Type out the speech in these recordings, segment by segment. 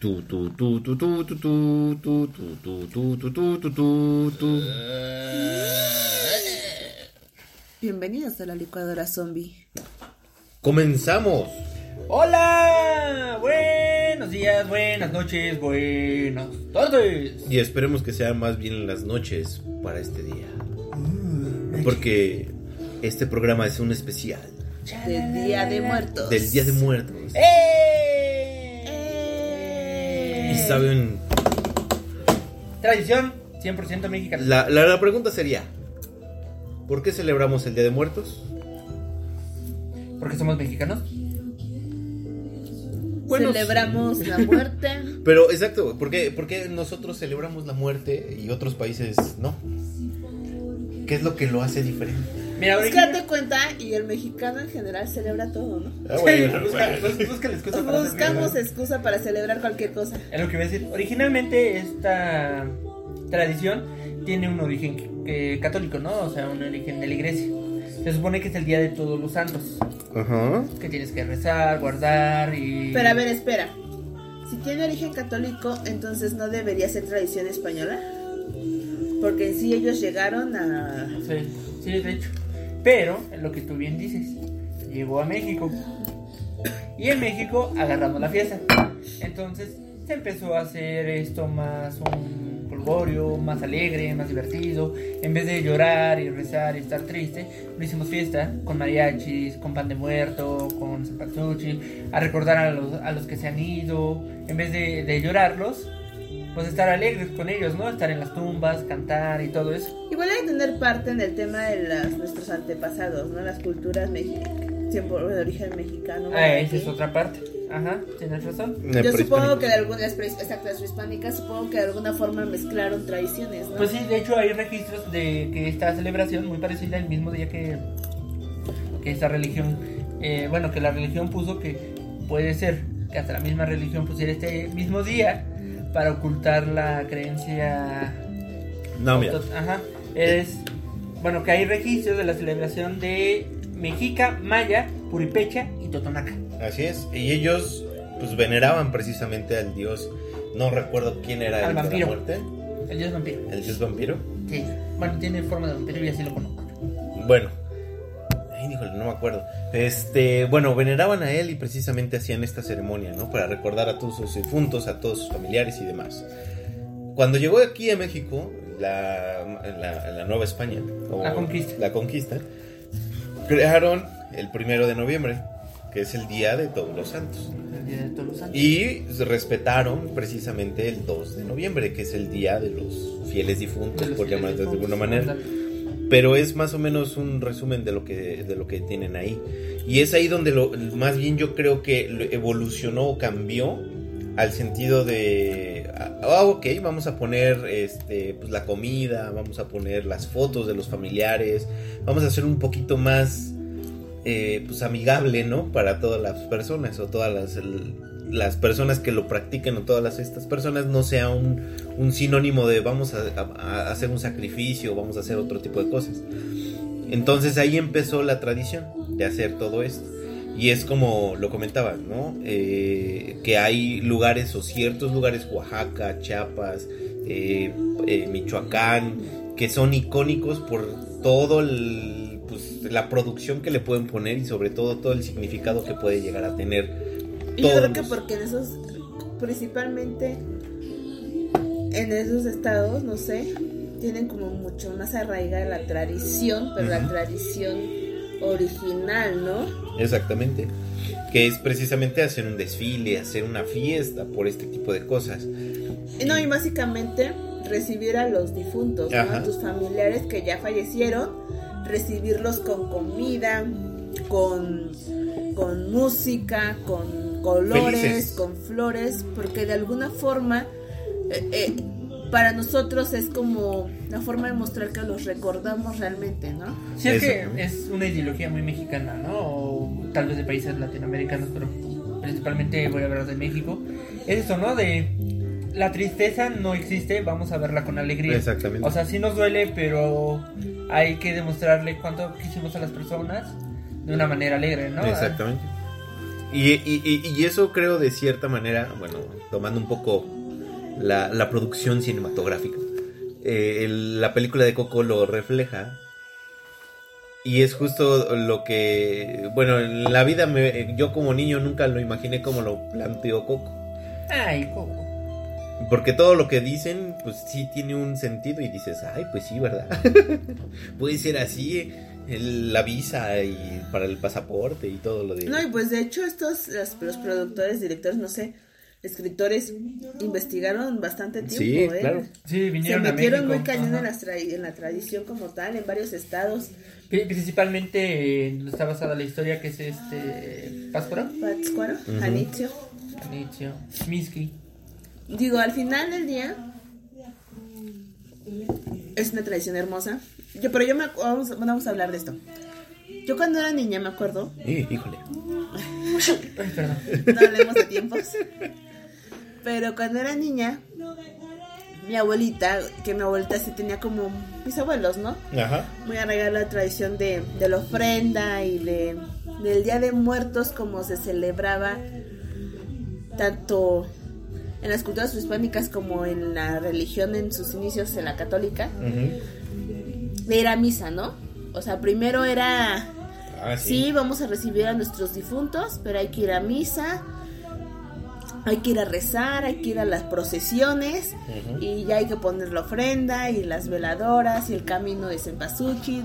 Tu, tu, tu, tu, tu, tu, tu, tu, tu, tu, tu, tu, tu, tu, tu, tu. Bienvenidos a la licuadora zombie. ¡Comenzamos! Hola, buenos días, buenas noches, buenas tardes. Y esperemos que sean más bien las noches para este día. Porque este programa es un especial Del Día de Muertos. del Día de Muertos. ¡Eh! Y saben, Tradición 100% mexicana. la, la- la pregunta sería, ¿por qué celebramos el Día de Muertos? ¿Por qué somos mexicanos? Bueno, Celebramos la muerte. Pero exacto, ¿por qué, por qué nosotros celebramos la muerte y otros países no? ¿Qué es lo que lo hace diferente? Mira, Es que ahorita. date cuenta, y el mexicano en general celebra todo, ¿no? Ah, Sí, bueno, busca- bueno. bus- busca la excusa para hacer Buscamos mierda. excusa para celebrar cualquier cosa. Es lo que voy a decir. Originalmente esta tradición tiene un origen eh, católico, ¿no? O sea, un origen de la iglesia. Se supone que es el día de todos los santos. Ajá. Que tienes que rezar, guardar y. Pero a ver, espera. Si tiene origen católico, entonces no debería ser tradición española. Porque en sí ellos llegaron a. Sí, sí, de hecho. Pero, lo que tú bien dices, llegó a México. Y en México agarramos la fiesta. Entonces se empezó a hacer esto más un colgorio, más alegre, más divertido. En vez de llorar y rezar y estar triste, lo hicimos fiesta con mariachis, con pan de muerto, con zapatuchi, a recordar a los, a los que se han ido. En vez de, de llorarlos, pues estar alegres con ellos, ¿no? Estar en las tumbas, cantar y todo eso. Igual hay que tener parte en el tema de las, nuestros antepasados, ¿no? Las culturas mexicanas. Siempre de origen mexicano. Ah, esa aquí. es otra parte. Ajá, tienes razón. Yo supongo que de algunas exactas prehispánicas, supongo que de alguna forma mezclaron tradiciones, ¿no? Pues sí, de hecho hay registros de que esta celebración, muy parecida el mismo día que, que esta religión, eh, bueno, que la religión puso que puede ser que hasta la misma religión pusiera este mismo día para ocultar la creencia. No, mira. Tot- Ajá, es, bueno, que hay registros de la celebración de Mexica, Maya, Puripecha y Totonaca. Así es. Y ellos pues veneraban precisamente al dios. No recuerdo quién era Al el de la vampiro. muerte. El dios vampiro. El dios vampiro. Sí, bueno, tiene forma de vampiro y así lo conozco. Bueno. Ay, híjole, no me acuerdo. Este, bueno, veneraban a él y precisamente hacían esta ceremonia, ¿no? Para recordar a todos sus difuntos, a todos sus familiares y demás. Cuando llegó aquí a México, la, la- la Nueva España, o La conquista. la conquista, crearon el primero de noviembre, que es el Día de Todos los Santos. El día de todos los santos. Y respetaron precisamente el 2 de noviembre, que es el día de los fieles difuntos, De los por fieles llamarlo de difuntos, alguna pues, manera. ándale. Pero es más o menos un resumen de lo que, de lo que tienen ahí. Y es ahí donde lo, más bien yo creo que lo evolucionó o cambió al sentido de, ah, ah, ok, vamos a poner este, pues, la comida, vamos a poner las fotos de los familiares, vamos a hacer un poquito más eh, pues, amigable, ¿no? Para todas las personas o todas las, el- las personas que lo practiquen o todas las, estas personas no sea un, un sinónimo de vamos a, a- a hacer un sacrificio, vamos a hacer otro tipo de cosas. Entonces ahí empezó la tradición de hacer todo esto. Y es como lo comentabas, ¿no? Eh, que hay lugares o ciertos lugares, Oaxaca, Chiapas, eh, eh, Michoacán, que son icónicos por todo el, pues, la producción que le pueden poner y sobre todo todo el significado que puede llegar a tener. Y yo creo todos. que porque en esos, principalmente en esos estados, no sé, tienen como mucho más arraigada la tradición, pero la Ujú. tradición original, ¿no? Exactamente. Que es precisamente hacer un desfile, hacer una fiesta por este tipo de cosas. Y no, y básicamente recibir a los difuntos, ¿no? Ajá. A tus familiares que ya fallecieron, recibirlos con comida, con, con música, con colores, Felices. con flores, porque de alguna forma eh, eh, para nosotros es como la forma de mostrar que los recordamos realmente, ¿no? Sí, es Eso, ¿no? que es una ideología muy mexicana, ¿no? O tal vez de países latinoamericanos, pero principalmente voy a hablar de México. Es eso, ¿no? De la tristeza no existe, vamos a verla con alegría. Exactamente. O sea, sí nos duele, pero hay que Ah, demostrarle cuánto quisimos a las personas de una manera alegre, ¿no? Exactamente. Y, y- y- y eso creo de cierta manera, bueno, tomando un poco la, la producción cinematográfica, eh, el- la película de Coco lo refleja. Y es justo lo que, bueno, en la vida me- yo como niño nunca lo imaginé como lo planteó Coco. Ay, Coco. Porque todo lo que dicen, pues sí tiene un sentido y dices, ay, pues sí, ¿verdad? Puede ser así el- la visa y para el pasaporte y todo lo de... No, y pues de hecho estos, las- los, productores, directores, no sé, escritores, investigaron bastante tiempo, Sí, ¿eh? claro. Sí, Se vinieron a México. metieron muy cañón Ajá. en, las tra- en la tradición como tal, en varios estados. Pri- Principalmente eh, está basada la historia que es este Pátzcuaro, Pátzcuaro, Ujú. Janitzio. Anicio, Miski. Digo, al final del día es una tradición hermosa. Yo, pero yo me acu- vamos, bueno, vamos a hablar de esto. Yo cuando era niña me acuerdo, Eh, híjole. Ay, perdón. no hablemos de tiempos. Pero cuando era niña, mi abuelita, que mi abuelita sí tenía como mis abuelos, ¿no? Ajá. Muy arraigada la tradición de, de la ofrenda y de, del Día de Muertos como se celebraba tanto en las culturas hispánicas como en la religión en sus inicios en la católica, Ujú. de ir a misa, ¿no? O sea, primero era Ah, Sí. sí. vamos a recibir a nuestros difuntos, pero hay que ir a misa, hay que ir a rezar, hay que ir a las procesiones Ujú. y ya hay que poner la ofrenda y las veladoras y el camino de Cempasúchil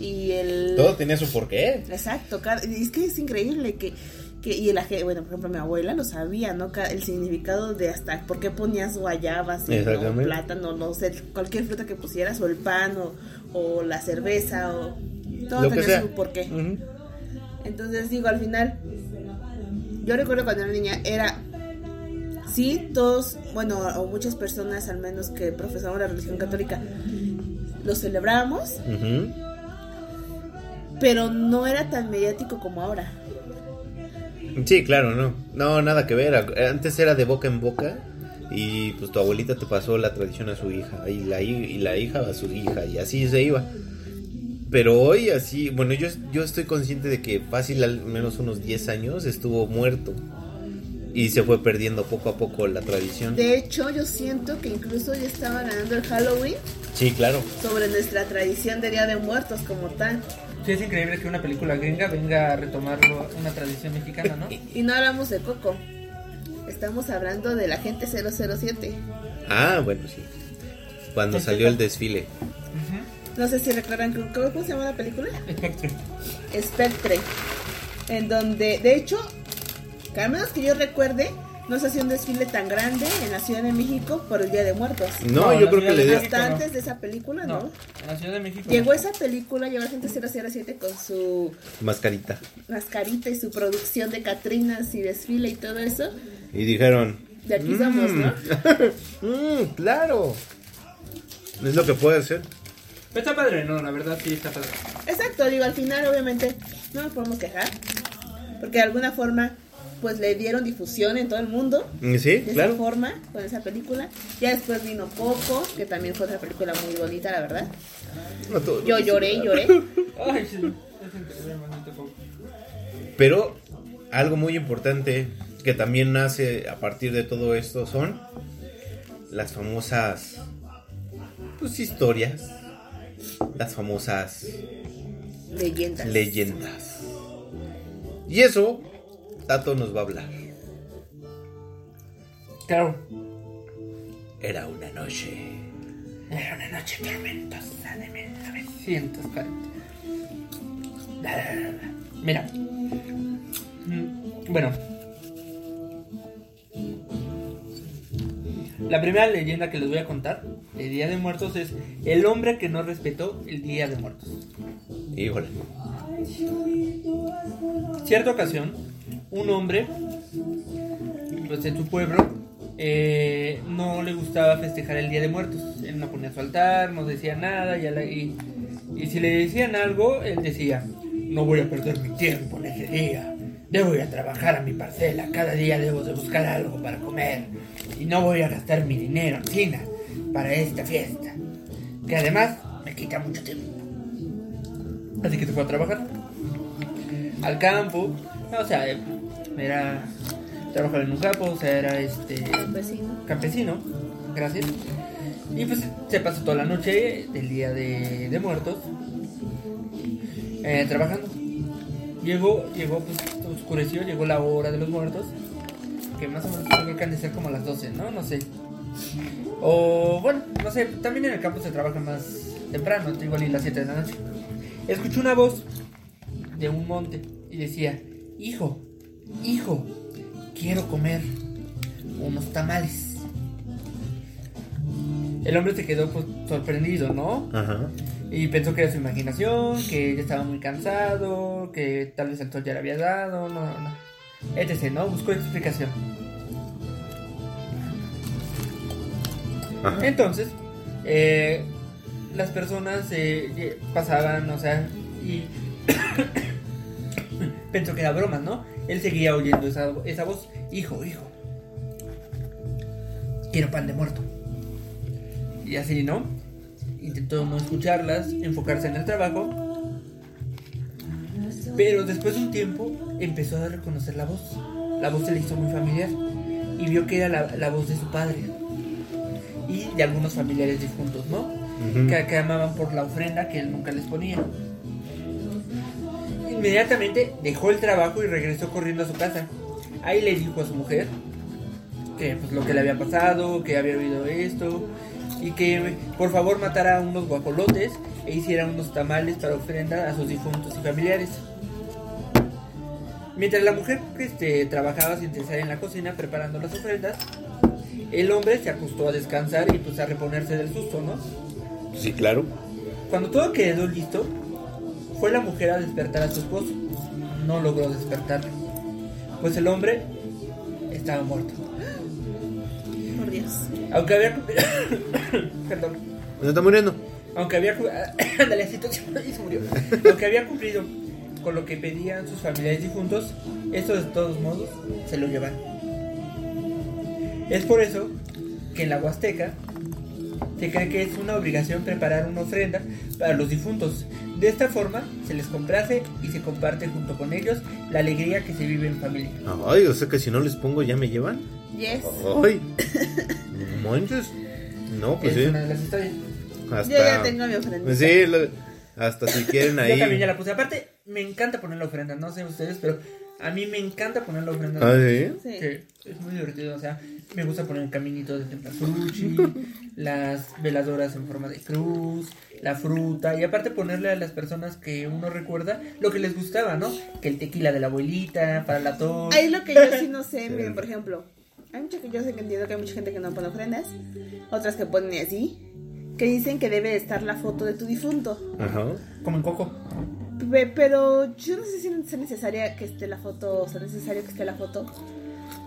y el... Todo tenía su porqué. Exacto, cada- y es que es increíble que... que- y la gente, bueno, por ejemplo, mi abuela lo sabía, ¿no? Ca- El significado de hasta por qué ponías guayabas, y ¿no? Exactamente. plátano, no sé, cualquier fruta que pusieras, o el pan, o, o la cerveza, o todo Lo que tenía sea. su porqué. Ujú. Entonces digo, al final, yo recuerdo cuando era niña, era, sí, todos, bueno, o muchas personas al menos que profesaban la religión católica, lo celebramos, Ujú. pero no era tan mediático como ahora. Sí, claro, no. No, nada que ver. Antes era de boca en boca y pues tu abuelita te pasó la tradición a su hija y la, hi- y la hija a su hija y así se iba. Pero hoy así, bueno, yo, yo estoy consciente de que fácil al menos unos 10 años estuvo muerto y se fue perdiendo poco a poco la tradición. De hecho, yo siento que incluso ya estaba ganando el Halloween Sí, claro. sobre nuestra tradición de Día de Muertos como tal. Sí, es increíble que una película gringa venga a retomar lo- una tradición mexicana, ¿no? Y no hablamos de Coco, estamos hablando de la gente 007. Ah, bueno, sí. Cuando Pues salió el desfile. Ujú. No sé si recuerdan, ¿cómo cómo se llama la película? Espectre. Spectre. En donde, de hecho, que al menos que yo recuerde, no se hacía un desfile tan grande en la Ciudad de México por el Día de Muertos. No, No, yo creo la que señora le de dio... México, Hasta no. antes de esa película, ¿no? No, en la Ciudad de México. Llegó esa película, llegó la gente 007 con su Mascarita. mascarita y su producción de Catrinas y desfile y todo eso. Y dijeron. De aquí somos, ¿no? "Mm, claro. Es lo que puede ser. Pero está padre, no, la verdad sí está padre. Exacto, digo, al final obviamente no nos podemos quejar, porque de alguna forma pues le dieron difusión en todo el mundo. Mm, Sí, de esa claro. forma con esa película. Ya después vino Coco, que también fue otra película muy bonita, la verdad. No, todo- Yo lloré, lloré. Ay, sí, es increíble, maldito poco. Pero algo muy importante que también nace a partir de todo esto son las famosas pues historias, las famosas Leyendas. leyendas. Y eso Tato nos va a hablar. Claro. Era una noche. Era una noche tormentosa de 1940. Mira. Mm, Bueno. La primera leyenda que les voy a contar de Día de Muertos es el hombre que no respetó el Día de Muertos. Híjole. Cierta ocasión, un hombre, pues en su pueblo, eh, no le gustaba festejar el Día de Muertos. Él no ponía su altar, no decía nada, y, a la- y- y si le decían algo, él decía, no voy a perder mi tiempo en ese día. Debo ir a trabajar a mi parcela, cada día debo de buscar algo para comer. Y no voy a gastar mi dinero en China para esta fiesta. Que además me quita mucho tiempo. Así que se fue a trabajar al campo. O sea, eh, era trabajaba en un campo, o sea, era este vecino. campesino, gracias. Y pues se pasó toda la noche del día de, de muertos eh, trabajando. Llegó, llegó, pues oscureció, llegó la hora de los muertos, que más o menos yo creo que han de ser como las 12, ¿no? No sé. O bueno, no sé, también en el campo se trabaja más temprano, igual y las 7 de la noche. Escuché una voz de un monte y decía, hijo, hijo, quiero comer unos tamales. El hombre se quedó pues, sorprendido, ¿no? Ajá. Y pensó que era su imaginación, que ya estaba muy cansado, que tal vez el sol ya le había dado, no, no, no. Etc, ¿no? Buscó explicación. Ajá. Entonces, eh, las personas eh, eh, pasaban, o sea, y pensó que era broma, ¿no? Él seguía oyendo esa, esa voz, hijo, hijo, quiero pan de muerto. Y así, ¿no? Intentó no escucharlas, enfocarse en el trabajo. Pero después de un tiempo empezó a reconocer la voz. La voz se le hizo muy familiar y vio que era la, la voz de su padre y de algunos familiares difuntos, ¿no? Ujú. que, que amaban por la ofrenda que él nunca les ponía. Inmediatamente dejó el trabajo y regresó corriendo a su casa. Ahí le dijo a su mujer que pues, lo que le había pasado, que había oído esto y que por favor matara unos guajolotes e hiciera unos tamales para ofrenda a sus difuntos y familiares. Mientras la mujer este, trabajaba sin cesar en la cocina preparando las ofrendas, el hombre se acostó a descansar y pues a reponerse del susto, ¿no? Sí, claro. Cuando todo quedó listo, fue la mujer a despertar a su esposo. No logró despertarlo, pues el hombre estaba muerto. Por Dios. Aunque había... Perdón. ¿No está muriendo? Aunque había... cu- Ándale, así tocho, y se murió. Aunque había cumplido con lo que pedían sus familiares difuntos, esto de todos modos se lo llevan. Es por eso que en la Huasteca se cree que es una obligación preparar una ofrenda para los difuntos. De esta forma se les complace y se comparte junto con ellos la alegría que se vive en familia. Ay, o sea que si no les pongo ya me llevan. Yes. Ay. Manches. No, pues es sí. una de las historias. Hasta... Pues Yo ya tengo mi ofrenda. Sí, lo- hasta si quieren Yo ahí. también ya la puse. Aparte, me encanta poner la ofrenda. No sé ustedes, pero a mí me encanta poner la ofrenda. Ah, sí. Sí. Sí, es muy divertido, o sea, me gusta poner el caminito de tempasuchi, las veladoras en forma de cruz, la fruta, y aparte ponerle a las personas que uno recuerda lo que les gustaba, ¿no? Que el tequila de la abuelita, para la tos. Ahí lo que yo sí no sé, miren, por ejemplo, hay mucha que yo sé que entiendo que hay mucha gente que no pone ofrendas, otras que ponen así, que dicen que debe estar la foto de tu difunto. Ajá. Como en coco. Pe- Pero yo no sé si es necesaria que esté la foto, o sea, necesario que esté la foto.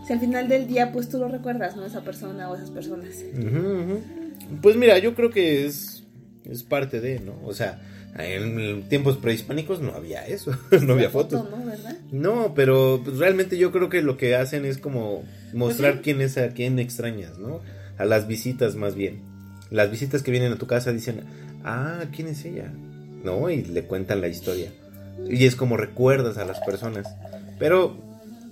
Si al final del día, pues tú lo recuerdas, ¿no? Esa persona o esas personas. Ujú, ujú. Pues mira, yo creo que es, es parte de, ¿no? O sea, en tiempos prehispánicos no había eso, no había La foto, fotos. ¿no? ¿Verdad? No, pero pues, realmente yo creo que lo que hacen es como mostrar Pues sí. quién es a quién extrañas, ¿no? A las visitas más bien. Las visitas que vienen a tu casa dicen, ah, ¿quién es ella? ¿No? Y le cuentan la historia. Y es como recuerdas a las personas. Pero,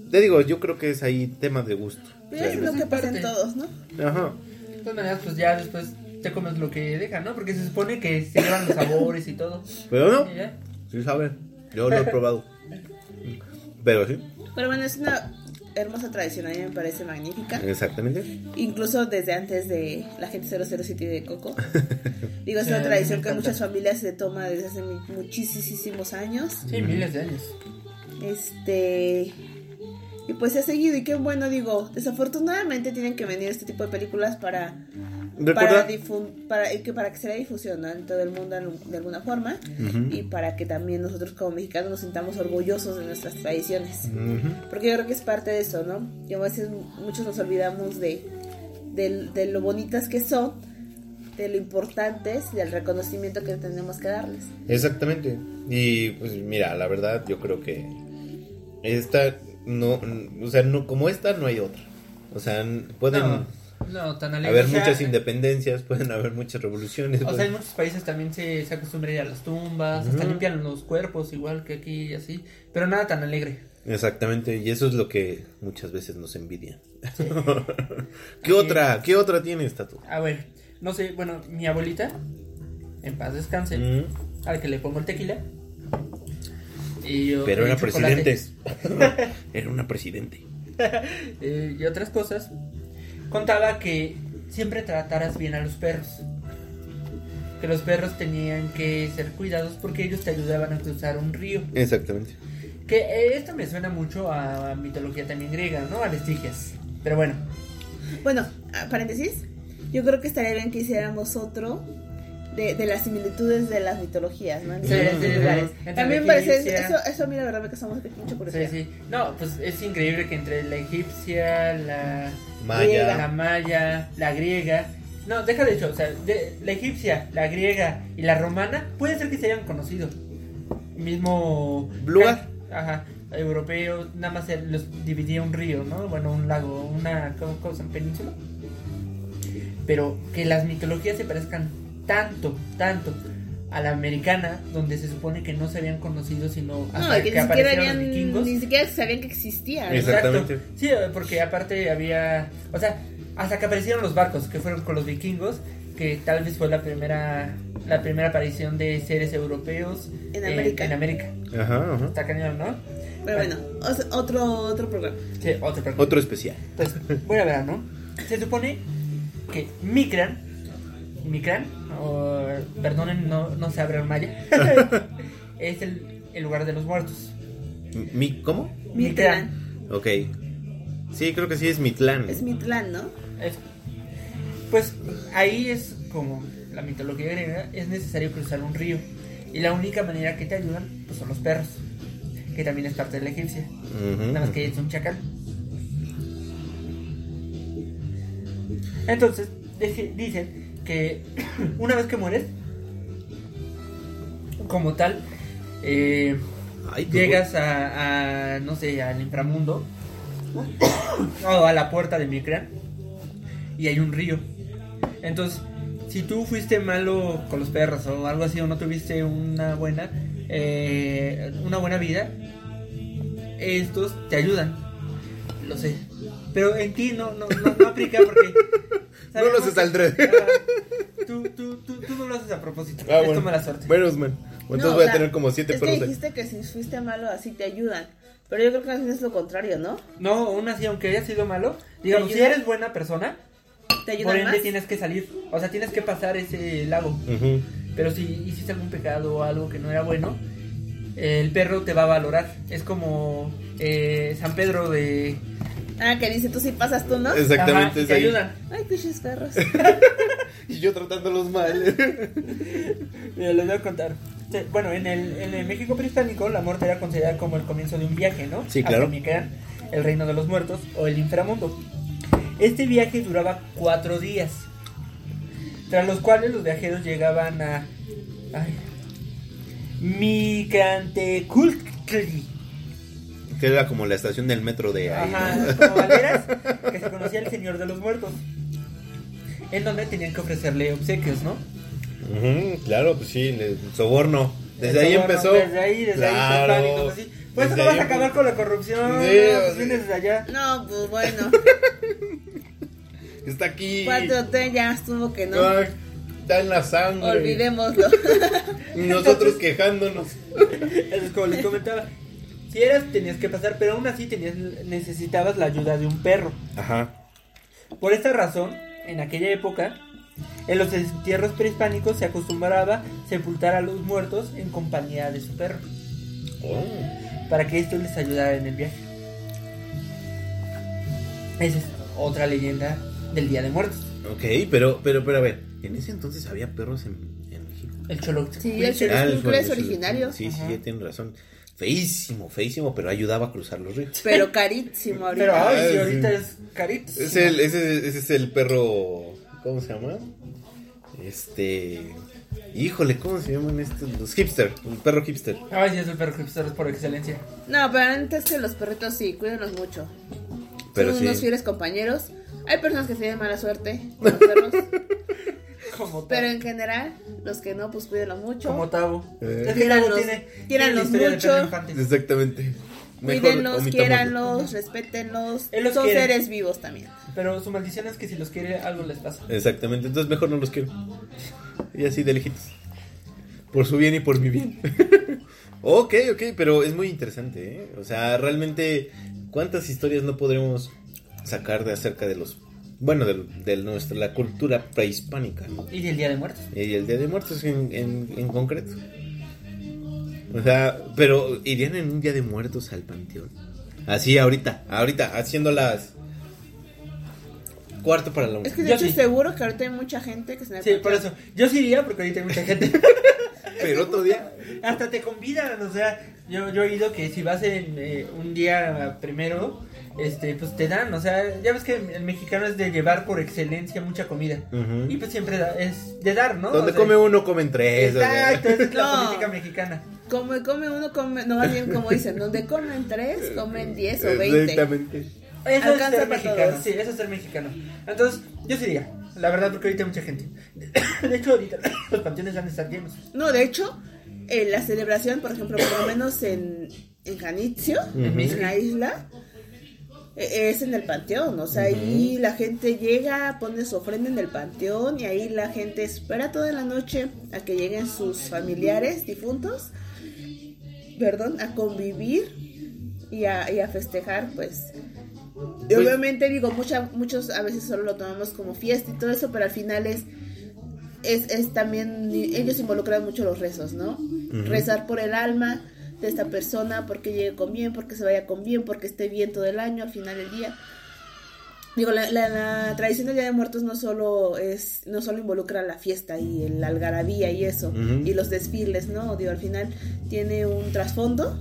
te digo, yo creo que es ahí tema de gusto. Pero es lo realmente. que pasa en pues Parte. todos, ¿no? Ajá. De todas maneras, pues ya después te comes lo que dejan, ¿no? Porque se supone que se llevan los sabores y todo. Pero no. ¿Y ya? Sí sabe, yo lo he probado. Pero sí, Pero bueno, es una hermosa tradición, a mí me parece magnífica. exactamente. Incluso desde antes de la gente 007 de Coco. Digo, es Sí, una me tradición que encanta. muchas familias se toma desde hace mu- muchísimos años. Sí, miles de años. Este. Y pues se ha seguido. Y qué bueno, digo. Desafortunadamente tienen que venir este tipo de películas para. Para, Recuerda. difun- para, eh, que, para que se vea difusión ¿no? en todo el mundo al- de alguna forma. Ujú. Y para que también nosotros como mexicanos nos sintamos orgullosos de nuestras tradiciones. Ujú. Porque yo creo que es parte de eso, ¿no? Y a veces muchos nos olvidamos de, de, de lo bonitas que son, de lo importantes y del reconocimiento que tenemos que darles. Exactamente. Y pues mira, la verdad yo creo que esta no, o sea, no como esta no hay otra. O sea, n- pueden No, no, tan alegre. haber O sea, muchas independencias, pueden haber muchas revoluciones. O sea, en pueden- muchos países también se, se acostumbra ir a las tumbas, hasta pues. Ujú. limpian los cuerpos, igual que aquí y así, pero nada tan alegre. Exactamente, y eso es lo que muchas veces nos envidian. ¿Qué otra? ¿Qué otra tienes, Tato? A ver, no sé, bueno, mi abuelita, en paz descanse, Mm, al que le pongo el tequila. Y yo- pero y era chocolate. presidente. era una presidente. eh, y otras cosas, contaba que siempre trataras bien a los perros. Que los perros tenían que ser cuidados porque ellos te ayudaban a cruzar un río. Exactamente. Que eh, esto me suena mucho a mitología también griega, ¿no? A las tigias. Pero bueno, Bueno, ah, paréntesis. Yo creo que estaría bien que hiciéramos otro de, de las similitudes de las mitologías, ¿no? En Sí, diferentes sí, sí. lugares. Entre También la parece. egipcia. Eso, eso a mí la verdad me causa mucho mucha sí, curiosidad. sí. No, pues es increíble que entre la egipcia, la, la Maya. maya, la griega. No, deja de hecho, o sea, de- la egipcia, la griega y la romana puede ser que se hayan conocido. Mismo Lugar. ca- Ajá, europeo, nada más se los dividía un río, ¿no? Bueno, un lago, una ¿cómo- cómo se llama? península. Pero que las mitologías se parezcan tanto, tanto a la americana, donde se supone que no se habían conocido sino hasta No, y que, que ni siquiera, aparecieron los habían- vikingos. ni siquiera sabían que existía. ¿no? Exacto. Exactamente. Sí, porque aparte había, o sea, hasta que aparecieron los barcos que fueron con los vikingos, que tal vez fue la primera la primera aparición de seres europeos En América. En América. Ajá, ajá. Está cañón, ¿no? Pero bueno, os- otro, otro programa. Sí, otra pregunta. Otro especial. Entonces, Pues, voy a ver, ¿no? Se supone que Micran, Micran, o, perdonen, no, no sé hablar maya, es el, el lugar de los muertos. Mi, ¿Cómo? Mitlán. Ok. Sí, creo que sí es Mitlán. Es Mitlán, ¿no? Es- pues ahí es como la mitología griega, es necesario cruzar un río. Y la única manera que te ayudan pues, son los perros, que también es parte de la egipcia. Ujú. Nada más que es un chacal. Entonces, deci- dicen que una vez que mueres, como tal, eh, Ay, pues, tú- llegas a, a, no sé, al inframundo o a la puerta de Micran y hay un río. Entonces, si tú fuiste malo con los perros o algo así o no tuviste una buena eh, una buena vida, estos te ayudan. Lo sé. Pero en ti no, no, no, no aplica porque... No lo sabemos haces que- al drede. Ah, tú, tú, tú, tú no lo haces a propósito. Ah, es tu bueno. mala suerte. Menos mal. Bueno, Entonces No, o voy a sea, tener como siete Es que perros. ahí. dijiste que si fuiste malo así te ayudan. Pero yo creo que más bien es lo contrario, ¿no? No, aún así, aunque haya sido malo, digamos, si ayuda? eres buena persona, Te por ayudan ende más. tienes que salir, o sea, tienes que pasar ese lago. Ujú. Pero si hiciste algún pecado o algo que no era bueno, eh, el perro te va a valorar. Es como eh, San Pedro de... Ah, que dice tú sí pasas tú, ¿no? Ajá, Exactamente, y es te ahí. ayuda. Ay, pinches perros. Y yo tratándolos mal. Mira, les voy a contar. Te- Bueno, en el, en el México prehispánico la muerte era considerada como el comienzo de un viaje, ¿no? Sí, claro. Hacia Mictlán, el reino de los muertos o el inframundo. Este viaje duraba cuatro días, tras los cuales los viajeros llegaban a ay, Mictlantecutli. que era como la estación del metro de ahí. ¿no? Ajá, como Valderas, que se conocía el señor de los muertos. En donde tenían que ofrecerle obsequios, ¿no? Ujú, claro, pues sí, le- soborno. Desde El ahí soborno, empezó. Desde ahí, desde Claro. ahí. Pues, así. Pues Desde no vas ahí a acabar empe- con la corrupción. Sí, no, pues sí. vienes desde allá. No, pues bueno. Está aquí. 4T ya estuvo que no. Ay, está en la sangre. Olvidémoslo. Y nosotros quejándonos. Eso es como les comentaba. Si eras, tenías que pasar, pero aún así tenías, necesitabas la ayuda de un perro. Ajá. Por esta razón, en aquella época, en los entierros prehispánicos se acostumbraba sepultar a los muertos en compañía de su perro, Oh, para que esto les ayudara en el viaje. Esa es otra leyenda del Día de Muertos, ok, pero, pero, pero a ver, en ese entonces había perros en, en México. el Choloc. Sí, Ah, el Churubusco fue- es originario. Sí, sí, Ajá. ya tienen razón. Feísimo, feísimo, pero ayudaba a cruzar los ríos. Pero carísimo ahorita. Pero ay, Ah, si sí. ahorita es carito. Es el, ese, ese es el perro. ¿Cómo se llama? Este. Híjole, ¿cómo se llaman estos? Los hipster, el perro hipster. Ay, sí, es el perro hipster por excelencia. No, pero antes que los perritos sí, cuídenlos mucho. Pero Son sí. unos fieles compañeros. Hay personas que tienen mala suerte con los perros. Como pero Tabo. en general, los que no, pues cuídenlos mucho. Como Tabo. Eh. Es que Tíralos, Tabo tiene, tíralos tiene la historia de mucho. perro infante. Exactamente. Mejor Cuídenlos, omitamos. quiéranlos, respétenlos. Él los Son quiere. seres vivos también. Pero su maldición es que si los quiere, algo les pasa. Exactamente, entonces mejor no los quiero. Y así de lejitos. Por su bien y por mi bien. ok, ok, pero es muy interesante, ¿eh? O sea, realmente, ¿cuántas historias no podremos sacar de acerca de los... Bueno, de, de nuestra la cultura prehispánica. Y del Día de Muertos. Y el Día de Muertos en, en- en concreto. O sea, pero irían en un Día de Muertos al panteón. Así ahorita, ahorita, haciendo las... Cuarto para la una. Es que de Yo hecho sí. seguro que ahorita hay mucha gente que se Sí, por eso. Yo sí iría porque ahorita hay mucha gente. Pero otro día... Hasta te convidan, o sea, yo, yo he oído que si vas en, eh, un día primero, este, pues te dan, o sea, ya ves que el mexicano es de llevar por excelencia mucha comida. Ujú. Y pues siempre da- es de dar, ¿no? Donde O sea, come uno, comen tres. o sea. Exacto, esa es la No. política mexicana. Como come uno, come, no más bien como dicen, donde comen tres, comen diez o veinte. Exactamente. Eso Alcanza es para ser mexicano, todos. sí, eso es ser mexicano. Entonces, yo sí diría, la verdad, porque ahorita hay mucha gente. De hecho, ahorita los panteones van a estar llenos. No, de hecho, en la celebración, por ejemplo, por lo menos en, en Janitzio, Ujú. en la isla, e- es en el panteón. O sea, ahí la gente llega, pone su ofrenda en el panteón y ahí la gente espera toda la noche a que lleguen sus familiares difuntos, perdón, a convivir y a, y a festejar, pues. Y Pues- obviamente digo, mucha, muchos a veces solo lo tomamos como fiesta y todo eso, pero al final es es, es también, ellos involucran mucho los rezos, ¿no? Rezar por el alma de esta persona, porque llegue con bien, porque se vaya con bien, porque esté bien todo el año, al final del día. Digo, la, la- la tradición del Día de Muertos no solo es, no solo involucra la fiesta y el- la algarabía y eso, Ujú. y los desfiles, ¿no? Digo, al final tiene un trasfondo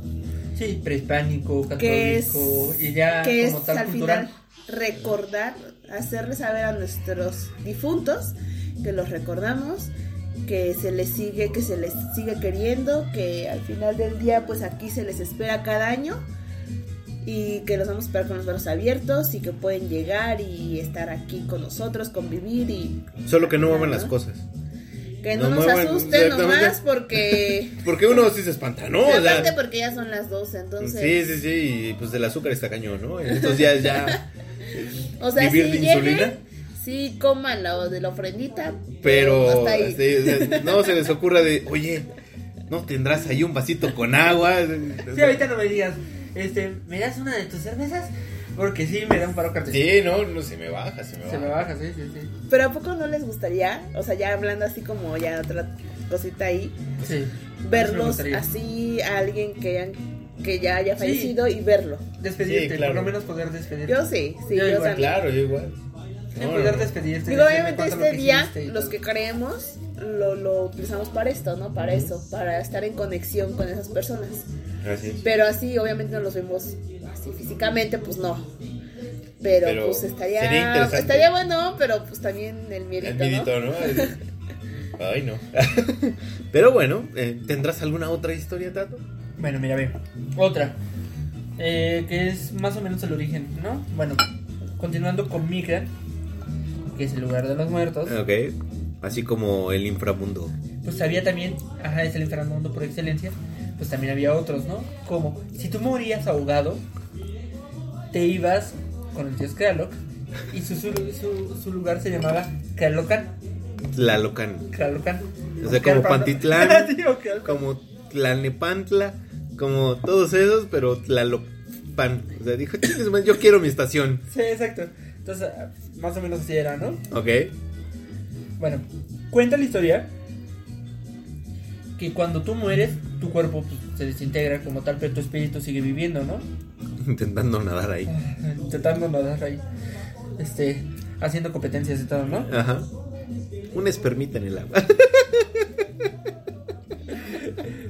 Sí, prehispánico, que es, católico, y ya que es como tal al cultural. final recordar, hacerle saber a nuestros difuntos que los recordamos, que se les sigue, que se les sigue queriendo, que al final del día pues aquí se les espera cada año y que los vamos a esperar con los brazos abiertos y que pueden llegar y estar aquí con nosotros, convivir y Solo que no muevan las cosas. que no, No nos muevan, asusten exactamente. nomás porque Porque uno sí se espanta, ¿no? O sea, aparte porque ya son las 12, entonces sí, sí, sí. Y pues el azúcar está cañón, ¿no? Entonces ya, ya. O sea, ¿Vivir sí de lleguen, insulina? sí coman la de la ofrendita, Pero hasta ahí. sí, o sea, no se les ocurra de, oye, ¿no tendrás ahí un vasito con agua? Sí, ahorita no me digas, este, ¿me das una de tus cervezas? Porque sí, me da un paro cardíaco. Sí, no, no se me baja, se me Se me baja. baja, sí, sí, sí. Pero a poco no les gustaría, o sea, ya hablando así como ya otra cosita ahí, sí. Me verlos gustaría. así a alguien que hayan- que ya haya Sí. fallecido y verlo. Despedirte, Sí, claro. por lo menos poder despedirte. Yo sí, sí, Yo yo, igual, también. Claro, yo igual. Sí, No, poder no, no. despedirte. Digo, decirme obviamente cuánto este lo día quisiste y los todo. que creemos lo, lo utilizamos para esto, ¿no? Para eso, para estar en conexión con esas personas. Así es. Pero así, obviamente, no los vemos así físicamente, pues no. Pero, Pero pues sería estaría, interesante. estaría bueno, pero pues también el miedito, El ¿no? miedito, ¿no? Ay, no. Pero bueno, eh, ¿tendrás alguna otra historia, Tato? Bueno, mira, ve. Otra. eh, que es más o menos el origen, ¿no? Bueno, continuando con Micra, que es el lugar de los muertos. Ok. Así como el inframundo. Pues había también, ajá, es el inframundo por excelencia. Pues también había otros, ¿no? Como si tú morías ahogado, te ibas con el dios Kralok y su, su, su- su lugar se llamaba Kralokan. Tlalocan. Kralokan. O sea, como Pantitlán. Sí, o Kralokan. Como Tlalnepantla. Como todos esos, pero Tlalopan. O sea, dijo, "Chingues, man, yo quiero mi estación. Sí, exacto. Entonces, más o menos así era, ¿no? Ok. Bueno, cuenta la historia que cuando tú mueres, tu cuerpo pues, se desintegra como tal, pero tu espíritu sigue viviendo, ¿no? Intentando nadar ahí. Tratando de nadar ahí, este, haciendo competencias y todo, ¿no? Ajá. Una espermita en el agua.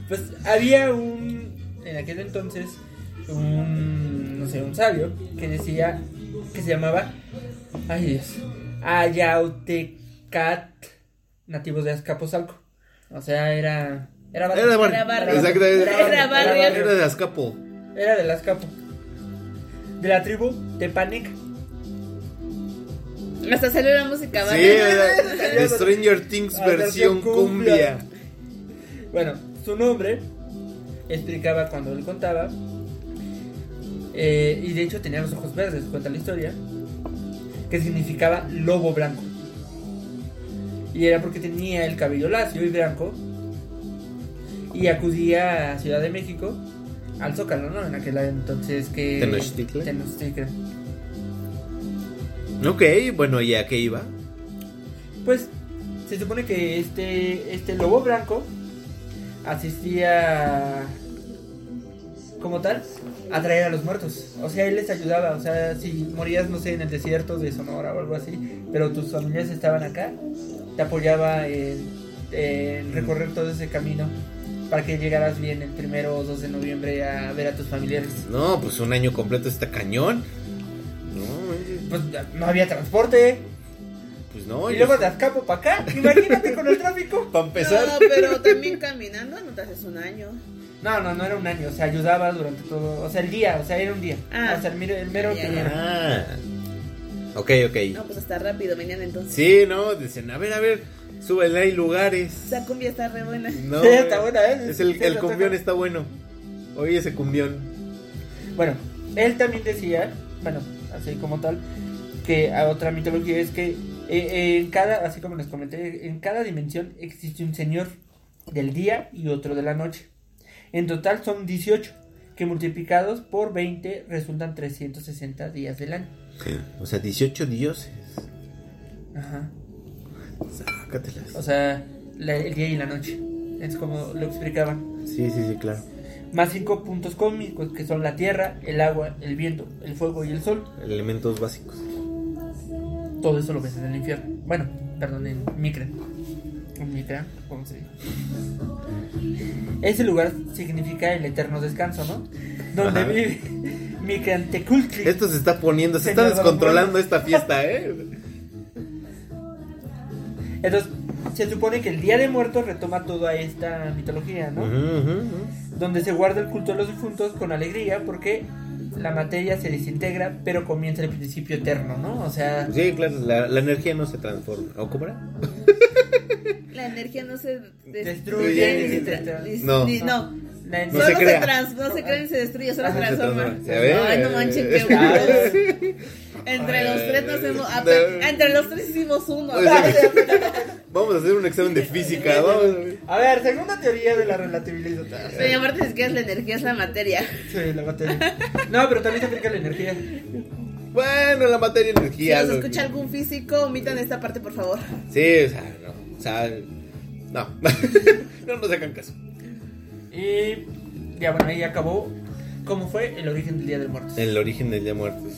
Pues había un, en aquel entonces, un, no sé, un sabio que decía, que se llamaba, ay Dios, Ayautecat, nativos de Azcapotzalco. O sea, era... Era Era de Era barrio. barrio. Exacto. Era barrio. Era de Azcapo. Era de las capo. De la tribu de Panic. Hasta salió la música, Sí, ¿vale? era Stranger Things Ah, versión versión cumbia. cumbia. Bueno, su nombre explicaba cuando él contaba eh, y de hecho tenía los ojos verdes, cuenta la historia, que significaba lobo blanco. Y era porque tenía el cabello lacio y blanco y acudía a Ciudad de México, al Zócalo, ¿no? En aquel entonces que... Tenochtitlan. Tenochtitlan. Ok, bueno, ¿y a qué iba? Pues se supone que este, este lobo blanco asistía como tal a traer a los muertos. O sea, él les ayudaba. O sea, si morías, no sé, en el desierto de Sonora o algo así, pero tus familias estaban acá, te apoyaba en, en recorrer todo ese camino para que llegaras bien el primero o 2 de noviembre a ver a tus familiares. No, pues un año completo está cañón. No, eh, Pues no había transporte. pues no. y yo- luego de Azcapo para acá, imagínate con el tráfico. Para empezar. No, pero también caminando no te haces un año. No, no, no era un año, o sea, ayudaba durante todo, o sea, el día, o sea, era un día. Ah. o sea, el mero, el mero Ya, ya, primero. Ah. Ok, ok. No, pues hasta rápido venían entonces. Sí, no, dicen, a ver, a ver, súbele, hay lugares. Esa cumbia está re buena. No, Sí, está buena, ¿eh? Es el, Sí, el lo cumbión tengo. está bueno. Oye, ese cumbión. Bueno, él también decía, bueno, así como tal, que a otra mitología es que eh, eh, en cada, así como les comenté, en cada dimensión existe un señor del día y otro de la noche. En total son 18, que multiplicados por 20 resultan 360 días del año. O sea, 18 dioses. Ajá. Sácatelas. O sea, la- el día y la noche. Es como lo explicaba. Sí, sí, sí, claro. Más cinco puntos cósmicos que son la tierra, el agua, el viento, el fuego y el sol. Elementos básicos. Todo eso lo ves en el infierno. Bueno, perdón, en Micra. En Micra, ¿cómo se dice? Ese lugar significa el eterno descanso, ¿no? Donde Ajá. vive Micrantecultli. Esto se está poniendo, se está Señor Don descontrolando Juan. esta fiesta, ¿eh? Entonces, se supone que el Día de Muertos retoma toda esta mitología, ¿no? Ujú, ujú, ujú. donde se guarda el culto de los difuntos con alegría porque la materia se desintegra, pero comienza el principio eterno, ¿no? O sea, Sí, claro, la, la energía no se transforma. ¿O cómo era? La energía no se des- Destruye ni se ni tra- tra- ni- No. ni- no. la No solo se se, crea. trans- no se crea ni se destruye, solo se Ajá, se transforma. transforma. Ya ves. Ay, no manchen, qué guapos. Entre los tres nos hemos. ah, pe- No. Entre los tres hicimos uno. Pues, Vamos a hacer un examen de física. Vamos. A ver, segunda teoría de la relatividad. Pero aparte, si quieres la energía es la materia. Sí, la materia. No, pero también se aplica la energía. Bueno, la materia Si energía. nos lo- escucha algún físico, omitan esta parte, por favor. Sí, o sea, no. O sea, no. no nos hagan caso. Y ya bueno, ahí acabó cómo fue el origen del Día del Muerto. El origen del Día Muertos.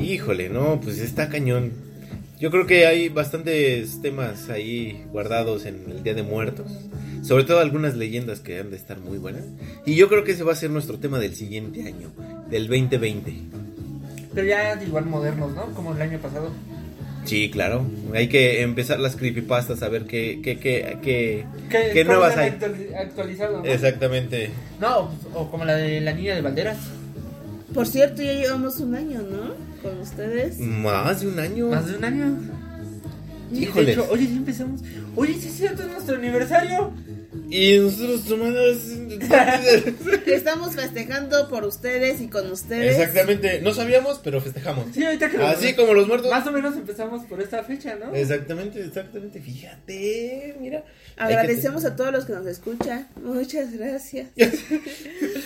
Híjole, no, pues está cañón. Yo creo que hay bastantes temas ahí guardados en el Día de Muertos. Sobre todo algunas leyendas que han de estar muy buenas. Y yo creo que ese va a ser nuestro tema del siguiente año, del 2020. Pero ya igual modernos, ¿no? Como el año pasado. Sí, claro. Hay que empezar las creepypastas a ver qué, qué, qué, qué, ¿Qué, qué cómo este nuevas la han hay. actuali- Actualizado, ¿no? Exactamente. No, pues, o, o como la de la niña de Valderas. Por cierto, ya llevamos un año, ¿no? Con ustedes. Mm. Más de un año. Más de un año. Sí, de Híjoles. hecho, oye, ya empezamos. Oye, sí es cierto, es nuestro aniversario. Y nosotros tomadas. Estamos festejando por ustedes y con ustedes. Exactamente. No sabíamos, pero festejamos. Sí, ahorita que lo- Así como los muertos. Más o menos empezamos por esta fecha, ¿no? Exactamente, exactamente. Fíjate, mira. Agradecemos a todos los que nos escuchan. Muchas gracias.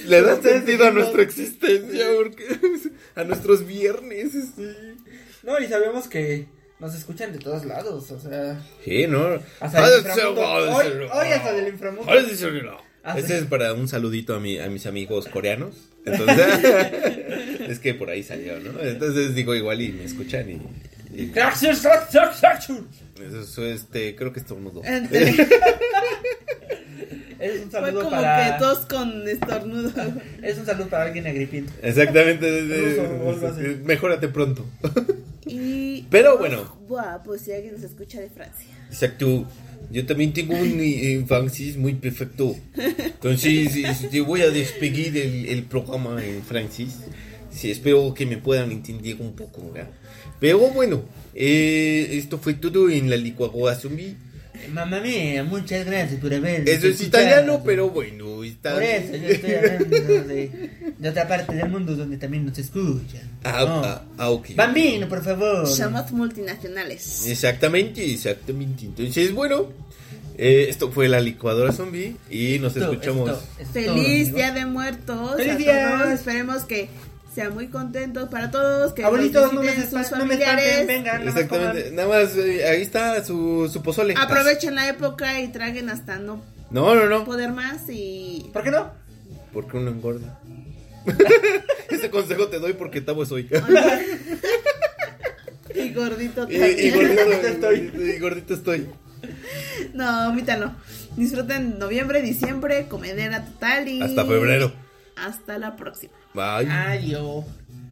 Le da Ustedes sentido a dijimos- nuestra existencia, porque a nuestros viernes. este. Sí. No, y sabemos que nos escuchan de todos lados, o sea. Sí, ¿no? Hasta del inframundo. Hoy, hoy hasta del inframundo. Ah, Hasta- Este es para un saludito a, mi, a mis amigos coreanos. Entonces, es que por ahí salió, ¿no? Entonces digo igual y me escuchan y. y- Gracias, gracias, gracias. eso es, este, creo que estornudo. Eh, Entre- Es un Fue saludo como para. que todos con estornudo. Es un saludo para alguien agripinto. Exactamente. Ruso, algo así. Mejórate pronto. Y. Pero bueno. Buah, pues si alguien nos escucha de Francia. Exacto. Yo también tengo un eh, francés muy perfecto. Entonces, este, voy a despedir el, el programa en francés. Sí, espero que me puedan entender un poco. ¿verdad? Pero bueno, eh, esto fue todo en la licuadora zombie. Mamá mía, muchas gracias por haber. Eso es escuchado. italiano, pero bueno, está... Por eso yo estoy hablando de, de otra parte del mundo donde también nos escuchan. Ah, No. ah, ah, ok. Bambino, por favor. Chamot multinacionales. Exactamente, exactamente. Entonces, bueno, eh, esto fue la licuadora zombie y nos Esto- escuchamos. esto- esto es todo, Feliz amigos. Día de Muertos. ¡Feliz a día! todos. Esperemos que sean muy contentos para todos. Que Abuelitos, Abuelitos, no me espanten, Ah, no me espanten, vengan, nada más Exactamente, coman. nada más, eh, ahí está su, su pozole. Aprovechen la época y traguen hasta no No, no, no, poder más y ¿Por qué no? porque uno engorda. Ese consejo te doy porque tabo soy. y gordito y, y gordito también. estoy. Y gordito estoy. no, omítalo. Disfruten noviembre, diciembre, comedera total y Hasta febrero. Hasta la próxima. Bye. Adiós.